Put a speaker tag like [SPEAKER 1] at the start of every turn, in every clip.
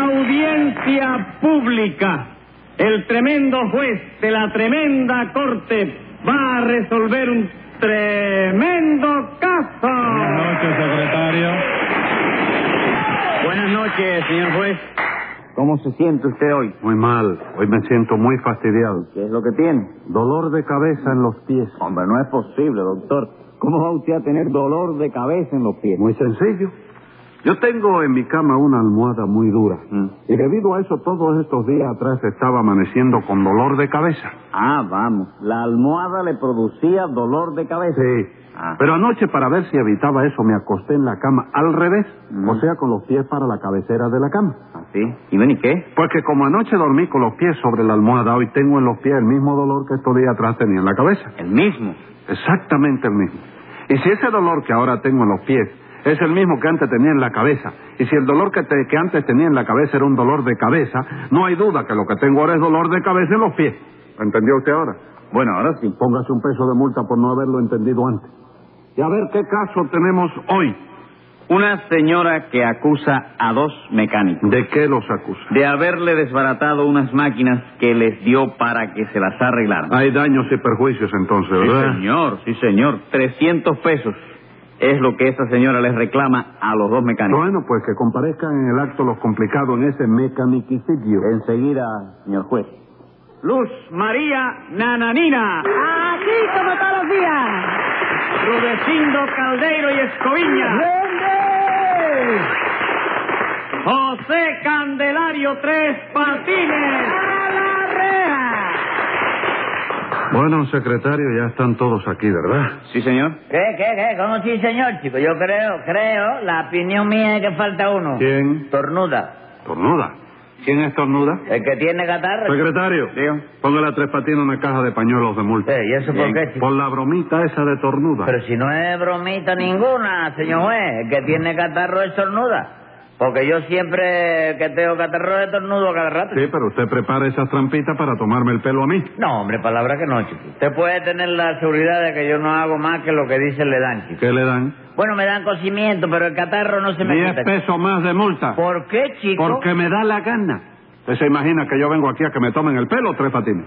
[SPEAKER 1] Audiencia pública. El tremendo juez de la tremenda corte va a resolver un tremendo caso.
[SPEAKER 2] noches, secretario.
[SPEAKER 1] Buenas noches, señor juez.
[SPEAKER 3] ¿Cómo se siente usted hoy?
[SPEAKER 2] Muy mal. Hoy me siento muy fastidiado.
[SPEAKER 3] ¿Qué es lo que tiene?
[SPEAKER 2] Dolor de cabeza en los pies.
[SPEAKER 3] Hombre, no es posible, doctor. ¿Cómo va usted a tener dolor de cabeza en los pies?
[SPEAKER 2] Muy sencillo. Yo tengo en mi cama una almohada muy dura.
[SPEAKER 3] Mm.
[SPEAKER 2] Y debido a eso, todos estos días atrás estaba amaneciendo con dolor de cabeza.
[SPEAKER 3] Ah, vamos. La almohada le producía dolor de cabeza.
[SPEAKER 2] Sí.
[SPEAKER 3] Ah.
[SPEAKER 2] Pero anoche, para ver si evitaba eso, me acosté en la cama al revés.
[SPEAKER 3] Mm.
[SPEAKER 2] O sea, con los pies para la cabecera de la cama.
[SPEAKER 3] ¿Así? Ah, ¿Y ven y qué?
[SPEAKER 2] Porque Pues como anoche dormí con los pies sobre la almohada, hoy tengo en los pies el mismo dolor que estos días atrás tenía en la cabeza.
[SPEAKER 3] El mismo.
[SPEAKER 2] Exactamente el mismo. Y si ese dolor que ahora tengo en los pies es el mismo que antes tenía en la cabeza, y si el dolor que, te- que antes tenía en la cabeza era un dolor de cabeza, no hay duda que lo que tengo ahora es dolor de cabeza en los pies. ¿Entendió usted ahora?
[SPEAKER 3] Bueno, ahora sí.
[SPEAKER 2] Póngase un peso de multa por no haberlo entendido antes. Y a ver qué caso tenemos hoy.
[SPEAKER 3] Una señora que acusa a dos mecánicos
[SPEAKER 2] ¿De qué los acusa?
[SPEAKER 3] de haberle desbaratado unas máquinas que les dio para que se las arreglaran.
[SPEAKER 2] Hay daños y perjuicios entonces, Ah, ¿verdad?
[SPEAKER 3] Sí, señor, sí, señor. 300 pesos es lo que esta señora les reclama a los dos mecánicos.
[SPEAKER 2] Bueno, pues que comparezcan en el acto los complicados en ese mecanicidio.
[SPEAKER 3] Enseguida, señor juez.
[SPEAKER 1] Luz María Nananina.
[SPEAKER 4] Así como todos los días.
[SPEAKER 1] Rudecindo Caldeiro y Escoviña. José Candelario Tres Patines.
[SPEAKER 4] ¡A la reja!
[SPEAKER 2] Bueno, secretario, ya están todos aquí, ¿verdad?
[SPEAKER 3] Sí, señor.
[SPEAKER 5] ¿Qué, qué, qué? ¿Cómo sí, señor, chico? Yo creo, creo, la opinión mía es que falta uno.
[SPEAKER 2] ¿Quién?
[SPEAKER 5] Tornuda.
[SPEAKER 2] Tornuda. ¿Quién es Tornuda?
[SPEAKER 5] El que tiene catarro.
[SPEAKER 2] Secretario,
[SPEAKER 3] Diga.
[SPEAKER 2] póngale a Tres Patines una caja de pañuelos de multa.
[SPEAKER 5] Eh, ¿Y eso por
[SPEAKER 3] Bien.
[SPEAKER 5] qué, chico?
[SPEAKER 2] Por la bromita esa de Tornuda.
[SPEAKER 5] Pero si no es bromita ninguna, señor juez, el que tiene catarro es tornuda. Porque yo siempre que tengo catarro es tornudo cada rato.
[SPEAKER 2] Sí, pero usted prepara esas trampitas para tomarme el pelo a mí.
[SPEAKER 5] No, hombre, palabra que no, chico. Usted puede tener la seguridad de que yo no hago más que lo que dice le dan, chico.
[SPEAKER 2] ¿Qué le dan?
[SPEAKER 5] Bueno, me dan cocimiento, pero el catarro no se me
[SPEAKER 2] Diez
[SPEAKER 5] quita. chico.
[SPEAKER 2] pesos más de multa.
[SPEAKER 5] ¿Por qué, chico?
[SPEAKER 2] Porque me da la gana. ¿Usted se imagina que yo vengo aquí a que me tomen el pelo, Tres Patines?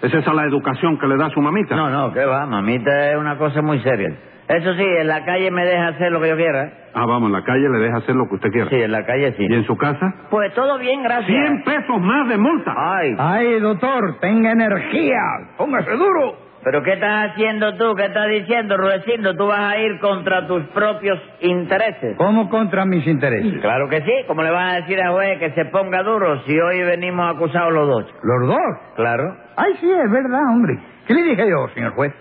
[SPEAKER 2] ¿Es esa la educación que le da su mamita?
[SPEAKER 5] No, no, que va, mamita es una cosa muy seria. Eso sí, en la calle me deja hacer lo que yo quiera.
[SPEAKER 2] Ah, vamos, en la calle le deja hacer lo que usted quiera.
[SPEAKER 5] Sí, en la calle sí.
[SPEAKER 2] ¿Y en su casa?
[SPEAKER 5] Pues todo bien, gracias.
[SPEAKER 2] ¡Cien pesos más de multa!
[SPEAKER 5] Ay,
[SPEAKER 6] Ay, doctor, tenga energía. Póngase duro.
[SPEAKER 5] pero ¿qué estás haciendo tú? ¿Qué estás diciendo, Rudecindo? Tú vas a ir contra tus propios intereses.
[SPEAKER 6] ¿Cómo contra mis intereses?
[SPEAKER 5] Claro que sí. ¿Cómo le vas a decir al juez que se ponga duro si hoy venimos acusados los dos?
[SPEAKER 6] ¿Los dos?
[SPEAKER 5] Claro.
[SPEAKER 6] Ay, sí, es verdad, hombre. ¿Qué le dije yo, señor juez?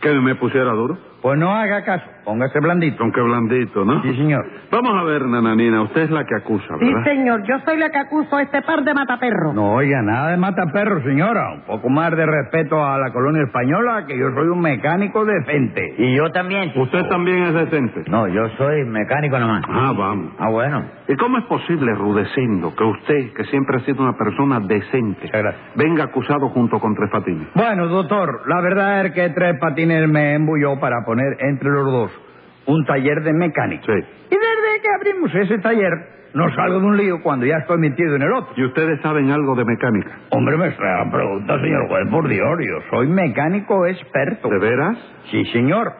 [SPEAKER 2] Que me pusiera duro.
[SPEAKER 6] Pues no haga caso. Póngase blandito.
[SPEAKER 2] Aunque blandito, ¿no?
[SPEAKER 6] Sí, señor.
[SPEAKER 2] Vamos a ver, nananina, usted es la que acusa,
[SPEAKER 4] Sí,
[SPEAKER 2] ¿verdad?
[SPEAKER 4] señor, yo soy la que acuso a este par de mataperros.
[SPEAKER 6] No oiga nada de mataperros, señora. Un poco más de respeto a la colonia española, que yo soy un mecánico decente.
[SPEAKER 5] Y yo también. chico.
[SPEAKER 2] Usted también es decente.
[SPEAKER 5] No, yo soy mecánico nomás.
[SPEAKER 2] Ah, vamos.
[SPEAKER 5] Ah, bueno.
[SPEAKER 2] ¿Y cómo es posible, Rudecindo, que usted, que siempre ha sido una persona decente,
[SPEAKER 6] Muchas gracias.
[SPEAKER 2] venga acusado junto con Tres Patines?
[SPEAKER 6] Bueno, doctor, la verdad es que Tres Patines me embulló para poner entre los dos un taller de mecánica.
[SPEAKER 2] Sí.
[SPEAKER 6] Y desde que abrimos ese taller, no salgo de un lío cuando ya estoy metido en el otro.
[SPEAKER 2] ¿Y ustedes saben algo de mecánica?
[SPEAKER 6] Hombre, me extraña la pregunta, señor juez, por Dios, yo soy mecánico experto.
[SPEAKER 2] ¿De veras?
[SPEAKER 6] Sí, señor.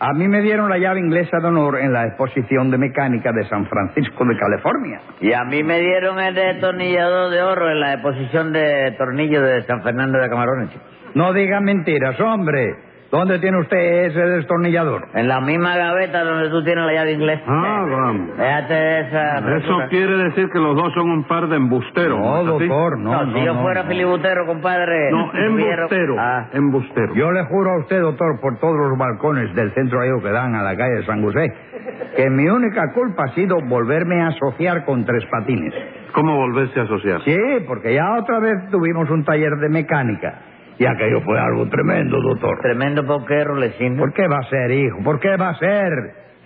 [SPEAKER 6] A mí me dieron la llave inglesa de honor en la exposición de mecánica de San Francisco de California.
[SPEAKER 5] Y a mí me dieron el destornillador de oro en la exposición de tornillos de San Fernando de Camarones, chico.
[SPEAKER 6] No diga mentiras, hombre. ¿Dónde tiene usted ese destornillador?
[SPEAKER 5] En la misma gaveta donde tú tienes la llave inglesa. Eh,
[SPEAKER 2] Ah, vamos.
[SPEAKER 5] Déjate de esa.
[SPEAKER 2] Eso
[SPEAKER 5] apertura.
[SPEAKER 2] quiere decir que los dos son un par de embusteros.
[SPEAKER 6] no,
[SPEAKER 2] ¿no es así?
[SPEAKER 6] doctor,
[SPEAKER 5] No,
[SPEAKER 6] no.
[SPEAKER 5] si yo
[SPEAKER 6] no,
[SPEAKER 5] fuera
[SPEAKER 6] no.
[SPEAKER 5] filibutero, compadre.
[SPEAKER 2] No,
[SPEAKER 5] tuviera-
[SPEAKER 2] embustero.
[SPEAKER 5] Eh, Ah,
[SPEAKER 2] Embustero.
[SPEAKER 6] Yo le juro a usted, doctor, por todos los balcones del centro aéreo que dan a la calle de San José, que mi única culpa ha sido volverme a asociar con tres patines.
[SPEAKER 2] ¿Cómo volverse a asociar?
[SPEAKER 6] Sí, porque ya otra vez tuvimos un taller de mecánica. Y aquello fue algo tremendo, doctor.
[SPEAKER 5] tremendo poquero, le siento.
[SPEAKER 6] ¿Por qué va a ser, hijo? ¿Por qué va a ser?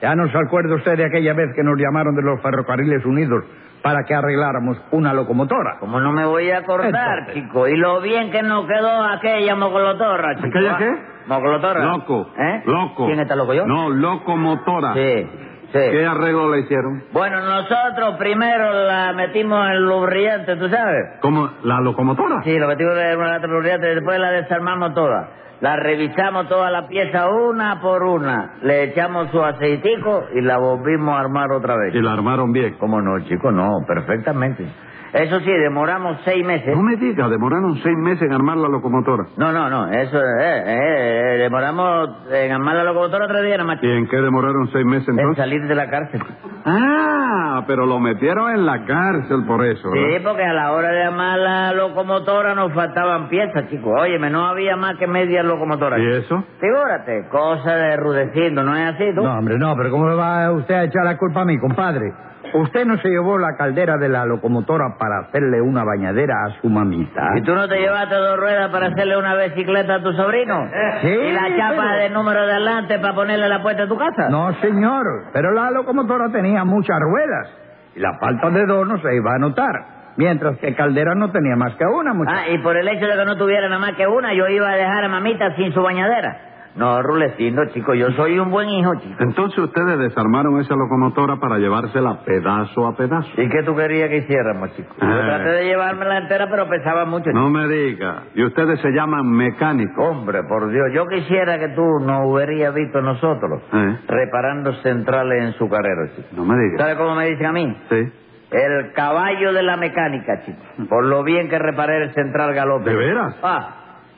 [SPEAKER 6] Ya no se acuerda usted de aquella vez que nos llamaron de los Ferrocarriles Unidos para que arregláramos una locomotora.
[SPEAKER 5] Como no me voy a acordar,
[SPEAKER 6] Entonces.
[SPEAKER 5] chico. Y lo bien que nos quedó aquella mocolotorra, chico.
[SPEAKER 2] ¿Aquella
[SPEAKER 5] ah.
[SPEAKER 2] qué?
[SPEAKER 5] Mocolotorra.
[SPEAKER 2] Loco.
[SPEAKER 5] ¿Eh?
[SPEAKER 2] Loco.
[SPEAKER 5] ¿Quién está loco yo?
[SPEAKER 2] No, locomotora.
[SPEAKER 5] Sí. Sí.
[SPEAKER 2] ¿Qué arreglo le hicieron?
[SPEAKER 5] Bueno, nosotros primero la metimos en lubricante, ¿tú sabes?
[SPEAKER 2] ¿Cómo? ¿La locomotora?
[SPEAKER 5] Sí, lo metimos en una lata de lubricante y después la desarmamos toda. La revisamos toda la pieza una por una. Le echamos su aceitico y la volvimos a armar otra vez.
[SPEAKER 2] Y la armaron bien.
[SPEAKER 5] ¿Cómo no, chico? No, perfectamente. Eso sí, demoramos seis meses.
[SPEAKER 2] No me diga, demoraron seis meses en armar la locomotora.
[SPEAKER 5] No, no, no, eso eh, eh, eh, demoramos en armar la locomotora tres días, nada más.
[SPEAKER 2] ¿Y en qué demoraron seis meses
[SPEAKER 5] En
[SPEAKER 2] entonces?
[SPEAKER 5] salir de la cárcel.
[SPEAKER 2] Ah, pero lo metieron en la cárcel por eso,
[SPEAKER 5] Sí,
[SPEAKER 2] ¿verdad?
[SPEAKER 5] porque a la hora de armar la locomotora nos faltaban piezas, chicos. Óyeme, no había más que media locomotora.
[SPEAKER 2] ¿Y eso?
[SPEAKER 5] Figúrate, cosa de rudecindo, ¿no es así tú?
[SPEAKER 6] No, hombre, no, pero ¿cómo me va usted a echar la culpa a mí, compadre? Usted no se llevó la caldera de la locomotora para hacerle una bañadera a su mamita.
[SPEAKER 5] ¿Y tú no te llevaste dos ruedas para hacerle una bicicleta a tu sobrino?
[SPEAKER 6] Sí,
[SPEAKER 5] ¿Y la chapa
[SPEAKER 6] pero-
[SPEAKER 5] de número de adelante para ponerle la puerta a tu casa? Ah,
[SPEAKER 6] No, señor, pero la locomotora tenía muchas ruedas y la falta de dos no se iba a notar, mientras que Caldera no tenía más que una, muchacho.
[SPEAKER 5] Ah, y por el hecho de que no tuviera nada más que una, yo iba a dejar a mamita sin su bañadera. No, rudecindo, chico, yo soy un buen hijo, chico.
[SPEAKER 2] Entonces ustedes desarmaron esa locomotora para llevársela pedazo a pedazo.
[SPEAKER 5] ¿Y qué tú querías que hiciéramos, chico? Yo
[SPEAKER 2] Ah.
[SPEAKER 5] traté de llevármela entera, pero pesaba mucho.
[SPEAKER 2] No me diga. Y ustedes se llaman mecánicos.
[SPEAKER 5] Hombre, por Dios, yo quisiera que tú nos hubieras visto a nosotros
[SPEAKER 2] ¿Eh?
[SPEAKER 5] reparando centrales en su carrera, chico.
[SPEAKER 2] No me diga.
[SPEAKER 5] ¿Sabes cómo me dicen a mí?
[SPEAKER 2] Sí.
[SPEAKER 5] El caballo de la mecánica, chico. Por lo bien que reparé el central galope.
[SPEAKER 2] ¿De veras?
[SPEAKER 5] Ah,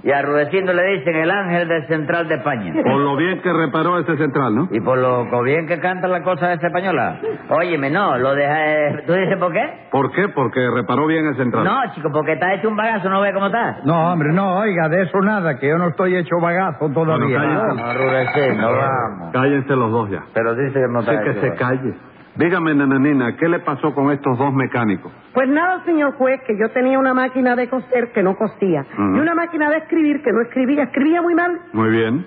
[SPEAKER 5] y a Rudecindo le dicen el ángel del central de España.
[SPEAKER 2] Por lo bien que reparó ese central, ¿no?
[SPEAKER 5] Y por lo co- bien que canta la cosa esa española. Óyeme, no, lo deja... eh, ¿Tú dices por qué?
[SPEAKER 2] ¿Por qué? Porque reparó bien el central.
[SPEAKER 5] No, chico, porque está hecho un bagazo, no ve cómo está.
[SPEAKER 6] No, hombre, no, oiga, de eso nada, que yo no estoy hecho bagazo todavía.
[SPEAKER 2] Bueno, cállese.
[SPEAKER 5] No, Rudecindo, vamos.
[SPEAKER 2] Cállense los dos ya.
[SPEAKER 5] Pero dice que no
[SPEAKER 2] Sí,
[SPEAKER 5] está
[SPEAKER 2] que
[SPEAKER 5] hecho
[SPEAKER 2] se
[SPEAKER 5] bagazo.
[SPEAKER 2] calle. Dígame, nananina, ¿qué le pasó con estos dos mecánicos?
[SPEAKER 4] Pues nada, señor juez, que yo tenía una máquina de coser que no cosía.
[SPEAKER 2] Ujú.
[SPEAKER 4] Y una máquina de escribir que no escribía. Escribía muy mal.
[SPEAKER 2] Muy bien.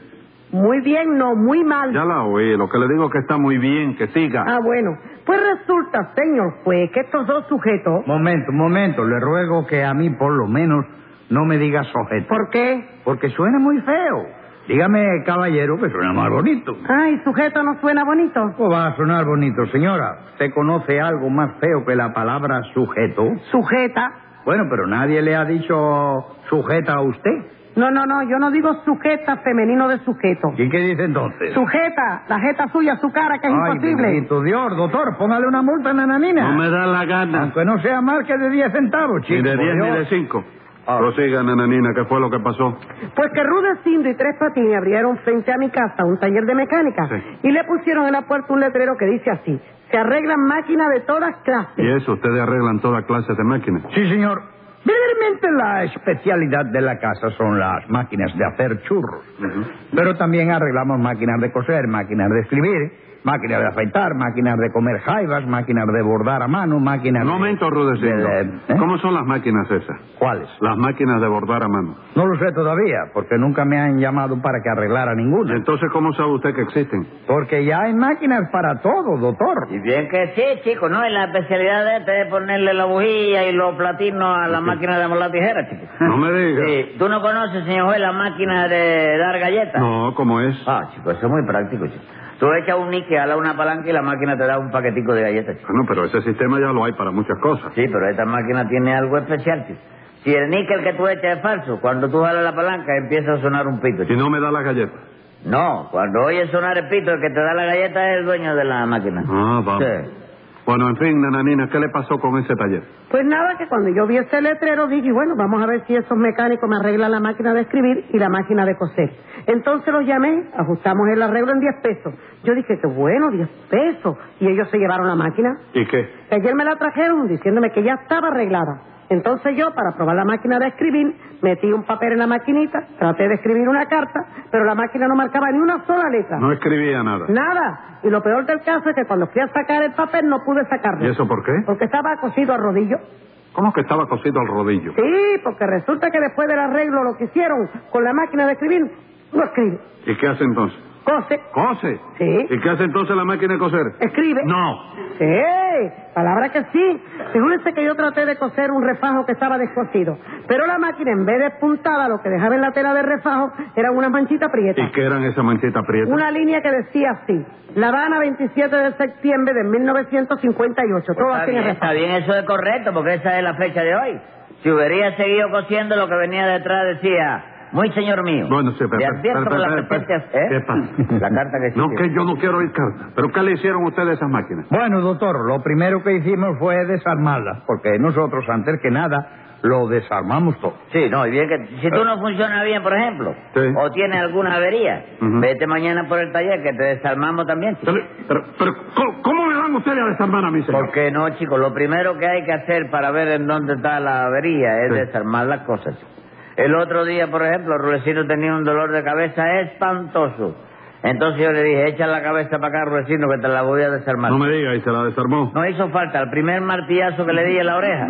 [SPEAKER 4] Muy bien, no, muy mal.
[SPEAKER 2] Ya la oí. Lo que le digo es que está muy bien, que siga.
[SPEAKER 4] Ah, bueno. Pues resulta, señor juez, que estos dos sujetos...
[SPEAKER 6] Momento, momento, le ruego que a mí por lo menos no me diga sujeto.
[SPEAKER 4] ¿Por qué?
[SPEAKER 6] Porque suena muy feo. Dígame, caballero, que suena más bonito.
[SPEAKER 4] Ay, sujeto no suena bonito.
[SPEAKER 6] ¿Cómo va a sonar bonito, señora? ¿Usted conoce algo más feo que la palabra sujeto?
[SPEAKER 4] Sujeta.
[SPEAKER 6] Bueno, pero nadie le ha dicho sujeta a usted.
[SPEAKER 4] No, no, no, yo no digo sujeta femenino de sujeto.
[SPEAKER 6] ¿Y qué dice entonces?
[SPEAKER 4] Sujeta, la jeta suya, su cara, que es
[SPEAKER 6] Ay,
[SPEAKER 4] imposible.
[SPEAKER 6] bendito Dios, doctor, póngale una multa a Nananina.
[SPEAKER 2] No me da la gana.
[SPEAKER 6] Aunque no sea más que de 10 centavos,
[SPEAKER 2] Ni
[SPEAKER 6] chico.
[SPEAKER 2] de 10 ni
[SPEAKER 6] Dios.
[SPEAKER 2] de 5.
[SPEAKER 6] Ah.
[SPEAKER 2] Prosiga, nananina, ¿qué fue lo que pasó?
[SPEAKER 4] Pues que Rudecindo y Tres Patines abrieron frente a mi casa un taller de mecánica
[SPEAKER 2] Sí.
[SPEAKER 4] y le pusieron en la puerta un letrero que dice así, se arreglan máquinas de todas clases.
[SPEAKER 2] Y eso, ustedes arreglan toda clase de máquinas.
[SPEAKER 6] Sí, señor. Verdaderamente la especialidad de la casa son las máquinas de hacer churros. Pero también arreglamos máquinas de coser, máquinas de escribir, máquinas de afeitar, máquinas de comer jaivas, máquinas de bordar a mano, máquinas
[SPEAKER 2] Un
[SPEAKER 6] de...
[SPEAKER 2] momento, Rudecindo.
[SPEAKER 6] de- de- ¿eh?
[SPEAKER 2] ¿Cómo son las máquinas esas?
[SPEAKER 6] ¿Cuáles?
[SPEAKER 2] Las máquinas de bordar a mano.
[SPEAKER 6] No lo sé todavía, porque nunca me han llamado para que arreglara ninguna.
[SPEAKER 2] Entonces, ¿cómo sabe usted que existen?
[SPEAKER 6] Porque ya hay máquinas para todo, doctor.
[SPEAKER 5] Y bien que sí, chico, ¿no? Y la especialidad de este es ponerle la bujía y los platinos a la máquina de molar tijera, chico.
[SPEAKER 2] No me diga.
[SPEAKER 5] Sí. ¿Tú no conoces, señor juez, la máquina de dar galletas?
[SPEAKER 2] No, ¿cómo es?
[SPEAKER 5] Ah, chico, eso es muy práctico, chico. Tú echas un nique, ala una palanca y la máquina te da un paquetico de galletas, chico.
[SPEAKER 2] Bueno, pero ese sistema ya lo hay para muchas cosas.
[SPEAKER 5] Sí, pero esta máquina tiene algo especial, chico. Si el níquel que tú echas es falso, cuando tú jalas la palanca empieza a sonar un pito,
[SPEAKER 2] Si
[SPEAKER 5] chico.
[SPEAKER 2] no me da la galleta.
[SPEAKER 5] No, cuando oyes sonar el pito, el que te da la galleta es el dueño de la máquina.
[SPEAKER 2] Ah, vamos.
[SPEAKER 5] Sí.
[SPEAKER 2] Bueno, en fin, nananina, ¿qué le pasó con ese taller?
[SPEAKER 4] Pues nada, que cuando yo vi ese letrero dije, bueno, vamos a ver si esos mecánicos me arreglan la máquina de escribir y la máquina de coser. Entonces los llamé, ajustamos el arreglo en 10 pesos. Yo dije, qué bueno, 10 pesos. Y ellos se llevaron la máquina.
[SPEAKER 2] ¿Y qué?
[SPEAKER 4] Que Ayer me la trajeron diciéndome que ya estaba arreglada. Entonces yo, para probar la máquina de escribir, metí un papel en la maquinita, traté de escribir una carta, pero la máquina no marcaba ni una sola letra.
[SPEAKER 2] No escribía nada.
[SPEAKER 4] Nada. Y lo peor del caso es que cuando fui a sacar el papel no pude
[SPEAKER 2] ¿Y
[SPEAKER 4] sacarlo.
[SPEAKER 2] eso por qué?
[SPEAKER 4] Porque estaba cosido a rodillo.
[SPEAKER 2] ¿Cómo que estaba cosido al rodillo?
[SPEAKER 4] Sí, porque resulta que después del arreglo lo que hicieron con la máquina de escribir, no escribe.
[SPEAKER 2] ¿Y qué hace entonces?
[SPEAKER 4] Cose.
[SPEAKER 2] Cose.
[SPEAKER 4] Sí.
[SPEAKER 2] ¿Y qué hace entonces la máquina de coser?
[SPEAKER 4] Escribe.
[SPEAKER 2] No.
[SPEAKER 4] Sí, palabra que sí. Figúrense que yo traté de coser un refajo que estaba descosido. Pero la máquina, en vez de puntada, lo que dejaba en la tela del refajo eran unas manchitas prietas.
[SPEAKER 2] ¿Y qué eran esas manchitas prietas?
[SPEAKER 4] Una línea que decía así: La Habana, 27 de septiembre de 1958. Todo
[SPEAKER 5] está,
[SPEAKER 4] así en
[SPEAKER 5] bien,
[SPEAKER 4] el
[SPEAKER 5] está
[SPEAKER 4] refajo.
[SPEAKER 5] bien, eso es correcto, porque esa es la fecha de hoy. Si hubiera seguido cosiendo, lo que venía detrás decía, muy señor mío.
[SPEAKER 2] Bueno, sí, pero...
[SPEAKER 5] Te
[SPEAKER 2] pero-
[SPEAKER 5] advierto
[SPEAKER 2] pero-
[SPEAKER 5] que la
[SPEAKER 2] pero- pero-
[SPEAKER 5] presencia- ¿eh?
[SPEAKER 2] ¿Qué pasa?
[SPEAKER 5] La carta que
[SPEAKER 2] No,
[SPEAKER 5] escribió.
[SPEAKER 2] que yo no quiero oír cartas. ¿Pero qué le hicieron ustedes a esas máquinas?
[SPEAKER 6] Bueno, doctor, lo primero que hicimos fue desarmarlas, porque nosotros, antes que nada, lo desarmamos todo.
[SPEAKER 5] Sí, no, y bien que si tú no funciona bien, por ejemplo,
[SPEAKER 2] Ah. Sí.
[SPEAKER 5] o tienes alguna avería,
[SPEAKER 2] Ujú.
[SPEAKER 5] vete mañana por el taller que te desarmamos también. chico.
[SPEAKER 2] Pero, pero- pero ¿cómo- ¿cómo me van ustedes a desarmar a mí, señor?
[SPEAKER 5] ¿Por qué no, chicos? Lo primero que hay que hacer para ver en dónde está la avería es
[SPEAKER 2] Sí.
[SPEAKER 5] desarmar las cosas. chico. El otro día, por ejemplo, Rulecino tenía un dolor de cabeza espantoso. Entonces yo le dije, echa la cabeza para acá, Rulecino, que te la voy a desarmar.
[SPEAKER 2] No me diga, y se la desarmó.
[SPEAKER 5] No hizo falta, el primer martillazo que le di en la oreja,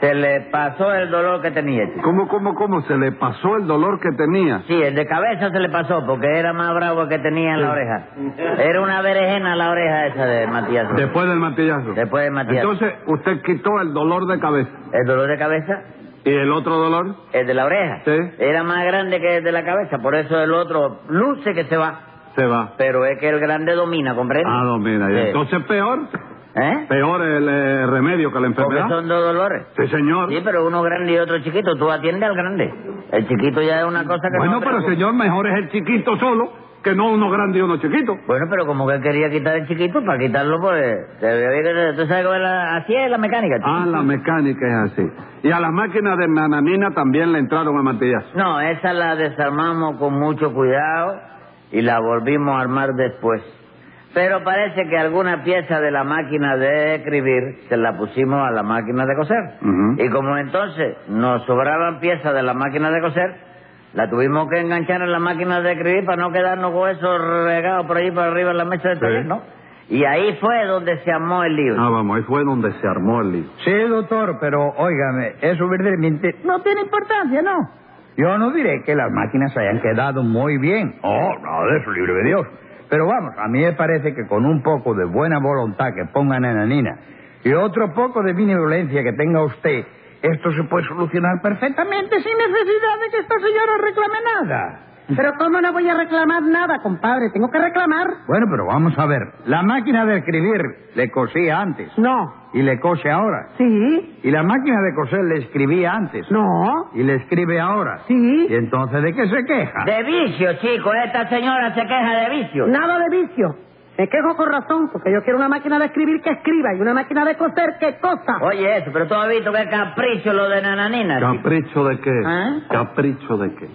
[SPEAKER 5] se le pasó el dolor que tenía, chico.
[SPEAKER 2] ¿Cómo, cómo, cómo? ¿Se le pasó el dolor que tenía?
[SPEAKER 5] Sí, el de cabeza se le pasó porque era más bravo que tenía en la oreja. Era una berenjena la oreja esa de Matías.
[SPEAKER 2] Después del martillazo.
[SPEAKER 5] Después del martillazo.
[SPEAKER 2] Entonces, usted quitó el dolor de cabeza.
[SPEAKER 5] El dolor de cabeza,
[SPEAKER 2] ¿Y el otro dolor?
[SPEAKER 5] el de la oreja,
[SPEAKER 2] Sí.
[SPEAKER 5] era más grande que el de la cabeza. Por eso el otro luce que se va.
[SPEAKER 2] Se va.
[SPEAKER 5] Pero es que el grande domina, ¿comprende?
[SPEAKER 2] Ah, no, mira. y
[SPEAKER 5] ¿Eh? Sí.
[SPEAKER 2] Entonces, peor.
[SPEAKER 5] ¿Eh?
[SPEAKER 2] Peor el eh, remedio que la
[SPEAKER 5] Porque
[SPEAKER 2] enfermedad.
[SPEAKER 5] son dos dolores.
[SPEAKER 2] Sí, señor.
[SPEAKER 5] Sí, pero uno grande y otro chiquito. Tú atiendes al grande. El chiquito ya es una cosa que
[SPEAKER 2] Bueno,
[SPEAKER 5] no...
[SPEAKER 2] pero señor, mejor es el chiquito solo que no uno grande y uno chiquito.
[SPEAKER 5] Bueno, pero como que él quería quitar el chiquito, para quitarlo, pues... se había que- Tú sabes que la- así es la mecánica. chico.
[SPEAKER 2] Ah, la mecánica es así. Y a las máquinas de mananina también le entraron a martillazo.
[SPEAKER 5] No, esa la desarmamos con mucho cuidado y la volvimos a armar después. Pero parece que alguna pieza de la máquina de escribir se la pusimos a la máquina de coser.
[SPEAKER 2] Ujú.
[SPEAKER 5] Y como entonces nos sobraban piezas de la máquina de coser, la tuvimos que enganchar en la máquina de escribir para no quedarnos con eso regado por ahí para arriba en la mesa de
[SPEAKER 2] Sí.
[SPEAKER 5] taller, ¿no? Y ahí fue donde se armó el libro.
[SPEAKER 2] Ah, vamos, ahí fue donde se armó el lío.
[SPEAKER 6] Sí, doctor, pero óigame, eso verdaderamente no tiene importancia, ¿no? Yo no diré que las máquinas hayan quedado muy bien. Oh, no, de eso, libre de Dios. Pero vamos, a mí me parece que con un poco de buena voluntad que pongan en la nina y otro poco de benevolencia que tenga usted, esto se puede solucionar perfectamente sin necesidad de que esta señora reclame nada.
[SPEAKER 4] Pero ¿cómo no voy a reclamar nada, compadre? Tengo que reclamar.
[SPEAKER 6] Bueno, pero vamos a ver. La máquina de escribir le cosía antes
[SPEAKER 4] No.
[SPEAKER 6] y le cose ahora.
[SPEAKER 4] Sí.
[SPEAKER 6] Y la máquina de coser le escribía antes.
[SPEAKER 4] No.
[SPEAKER 6] Y le escribe ahora.
[SPEAKER 4] Sí.
[SPEAKER 6] ¿Y entonces de qué se queja?
[SPEAKER 5] De vicio, chico. Esta señora se queja de vicio.
[SPEAKER 4] Nada de vicio. Me quejo con razón, porque yo quiero una máquina de escribir que escriba y una máquina de coser que cosa.
[SPEAKER 5] Oye, eso, pero tú has visto que capricho lo de Nananina. chico.
[SPEAKER 2] ¿Capricho de qué?
[SPEAKER 5] ¿Ah?
[SPEAKER 2] ¿Capricho de qué?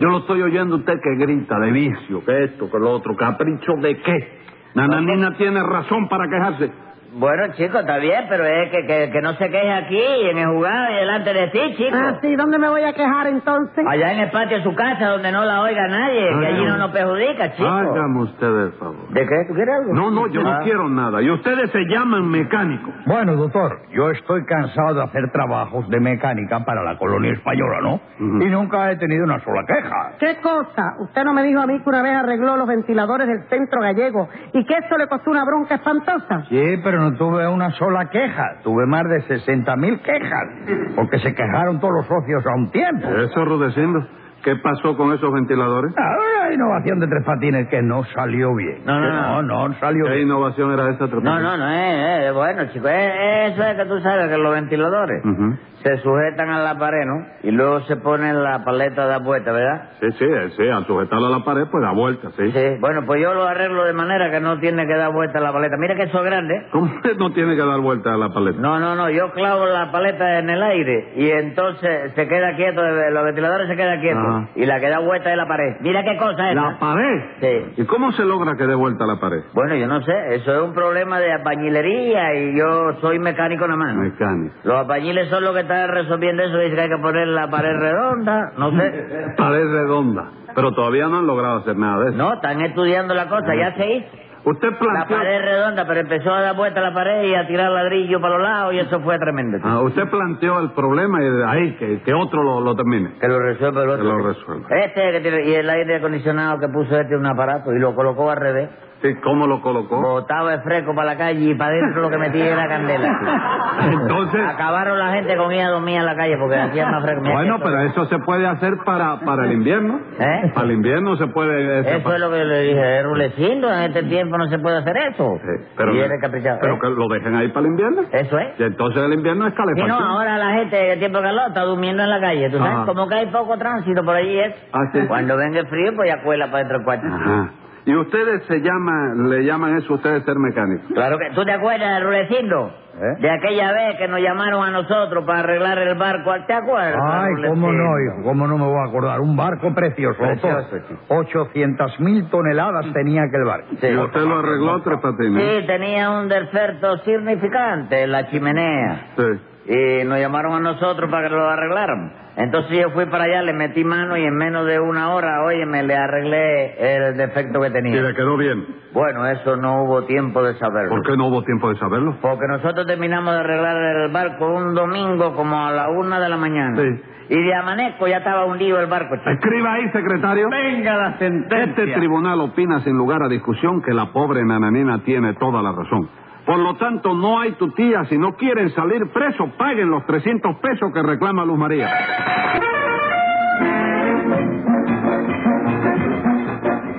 [SPEAKER 2] Yo lo estoy oyendo a usted que grita de vicio, que esto, que lo otro. ¿Capricho de qué? Nananina tiene razón para quejarse.
[SPEAKER 5] Bueno, chico, está bien, pero es que, que, que no se queje aquí, en el jugado y delante de ti, chico.
[SPEAKER 4] Ah, sí, ¿dónde me voy a quejar entonces?
[SPEAKER 5] Allá en el patio de su casa, donde no la oiga nadie, que allí no nos perjudica, chico.
[SPEAKER 2] Hágame usted el favor.
[SPEAKER 5] ¿De qué? ¿Tú quieres algo?
[SPEAKER 2] No, no, yo
[SPEAKER 5] Ah.
[SPEAKER 2] no quiero nada. Y ustedes se llaman mecánicos.
[SPEAKER 6] Bueno, doctor, yo estoy cansado de hacer trabajos de mecánica para la colonia española, ¿no?
[SPEAKER 2] Ujú.
[SPEAKER 6] Y nunca he tenido una sola queja.
[SPEAKER 4] ¿Qué cosa? Usted no me dijo a mí que una vez arregló los ventiladores del centro gallego y que eso le costó una bronca espantosa.
[SPEAKER 6] Sí, pero no tuve una sola queja. Tuve más de 60.000 mil quejas. Porque se quejaron todos los socios a un tiempo.
[SPEAKER 5] ¿Eh?
[SPEAKER 2] Eso, Rudecindo. ¿Qué pasó con esos ventiladores?
[SPEAKER 6] Ahora la innovación de tres patines que no salió bien.
[SPEAKER 5] No, no, no.
[SPEAKER 6] no, no salió
[SPEAKER 2] ¿Qué
[SPEAKER 6] bien.
[SPEAKER 2] innovación era esa?
[SPEAKER 5] No, no, no, eh, eh, bueno, chico, eh, eso es que tú sabes que los ventiladores
[SPEAKER 2] Ujú.
[SPEAKER 5] se sujetan a la pared, ¿no? Y luego se ponen la paleta de apuesta, ¿verdad?
[SPEAKER 2] Sí, sí, eh, sí. Al sujetarlo a la pared, pues da vuelta, sí.
[SPEAKER 5] Sí. Bueno, pues yo lo arreglo de manera que no tiene que dar vuelta la paleta. Mira que eso es grande, ¿eh?
[SPEAKER 2] ¿Cómo usted no tiene que dar vuelta a la paleta?
[SPEAKER 5] No, no, no, yo clavo la paleta en el aire y entonces se queda quieto, eh, los ventiladores se quedan quietos
[SPEAKER 2] Ajá.
[SPEAKER 5] y la que da vuelta es la pared. Mira qué cosa es.
[SPEAKER 2] ¿La pared?
[SPEAKER 5] Sí.
[SPEAKER 2] ¿Y cómo se logra que dé vuelta a la pared?
[SPEAKER 5] Bueno, yo no sé, eso es un problema de albañilería y yo soy mecánico nada más.
[SPEAKER 2] Mecánico.
[SPEAKER 5] Los albañiles son los que están resolviendo eso, dicen que hay que poner la pared redonda, no sé.
[SPEAKER 2] Pared redonda. Pero todavía no han logrado hacer nada de eso.
[SPEAKER 5] No, están estudiando la cosa, ya se hizo.
[SPEAKER 2] Usted
[SPEAKER 5] La
[SPEAKER 2] planteó...
[SPEAKER 5] pared redonda, pero empezó a dar vuelta la pared y a tirar ladrillo para los lados y eso fue tremendo.
[SPEAKER 2] Ah, usted planteó el problema y de ahí que, que otro lo, lo termine.
[SPEAKER 5] Que lo resuelva el otro.
[SPEAKER 2] Que lo resuelva.
[SPEAKER 5] Este que tiene- y el aire acondicionado que puso este un aparato y lo colocó al revés.
[SPEAKER 2] ¿Y cómo lo colocó?
[SPEAKER 5] Botaba el fresco para la calle y para adentro lo que metía era candela.
[SPEAKER 2] Entonces...
[SPEAKER 5] Acabaron la gente con ella dormía en la calle porque hacía más fresco. Mira
[SPEAKER 2] Bueno,
[SPEAKER 5] que
[SPEAKER 2] pero eso se puede hacer para, para el invierno.
[SPEAKER 5] ¿Eh?
[SPEAKER 2] Para el invierno se puede... ese
[SPEAKER 5] Eso es lo que le dije, es rulecindo, en este tiempo no se puede hacer eso.
[SPEAKER 2] Sí, pero,
[SPEAKER 5] y él es caprichado.
[SPEAKER 2] pero
[SPEAKER 5] ¿eh?
[SPEAKER 2] que lo dejen ahí para el invierno.
[SPEAKER 5] Eso es.
[SPEAKER 2] Y entonces el invierno es
[SPEAKER 5] Si no,
[SPEAKER 2] calefacción.
[SPEAKER 5] ahora la gente de tiempo de calor está durmiendo en la calle, ¿tú sabes?
[SPEAKER 2] Ajá.
[SPEAKER 5] Como que hay poco tránsito por allí es.
[SPEAKER 2] Ah, sí.
[SPEAKER 5] Cuando venga el frío, pues ya cuela para dentro del cuarto.
[SPEAKER 2] Ajá. Y ustedes se llaman, le llaman eso ustedes ser mecánicos.
[SPEAKER 5] Claro que... ¿Tú te acuerdas de Rulecindo?
[SPEAKER 6] ¿Eh?
[SPEAKER 5] De aquella vez que nos llamaron a nosotros para arreglar el barco. ¿Te acuerdas?
[SPEAKER 6] Ay,
[SPEAKER 5] Rulecindo?
[SPEAKER 6] cómo no, hijo, cómo no me voy a acordar. Un barco precioso.
[SPEAKER 5] Precioso, sí.
[SPEAKER 6] 800 mil toneladas tenía aquel barco.
[SPEAKER 5] Sí.
[SPEAKER 2] Y usted lo arregló tres patines.
[SPEAKER 5] Sí, tenía un defecto significante, la chimenea.
[SPEAKER 2] Sí.
[SPEAKER 5] y nos llamaron a nosotros para que lo arregláramos. Entonces yo fui para allá, le metí mano y en menos de una hora, oye, me le arreglé el defecto que
[SPEAKER 2] Y
[SPEAKER 5] tenía.
[SPEAKER 2] le quedó bien.
[SPEAKER 5] Bueno, eso no hubo tiempo de saberlo.
[SPEAKER 2] ¿Por qué no hubo tiempo de saberlo?
[SPEAKER 5] Porque nosotros terminamos de arreglar el barco un domingo como a la una de la mañana.
[SPEAKER 2] Sí.
[SPEAKER 5] Y de amanezco ya estaba hundido el barco. chico.
[SPEAKER 2] Escriba ahí, secretario.
[SPEAKER 1] Venga la sentencia.
[SPEAKER 2] Este tribunal opina sin lugar a discusión que la pobre nananina tiene toda la razón. Por lo tanto, no hay tutía. Si no quieren salir presos, paguen los 300 pesos que reclama Luz María.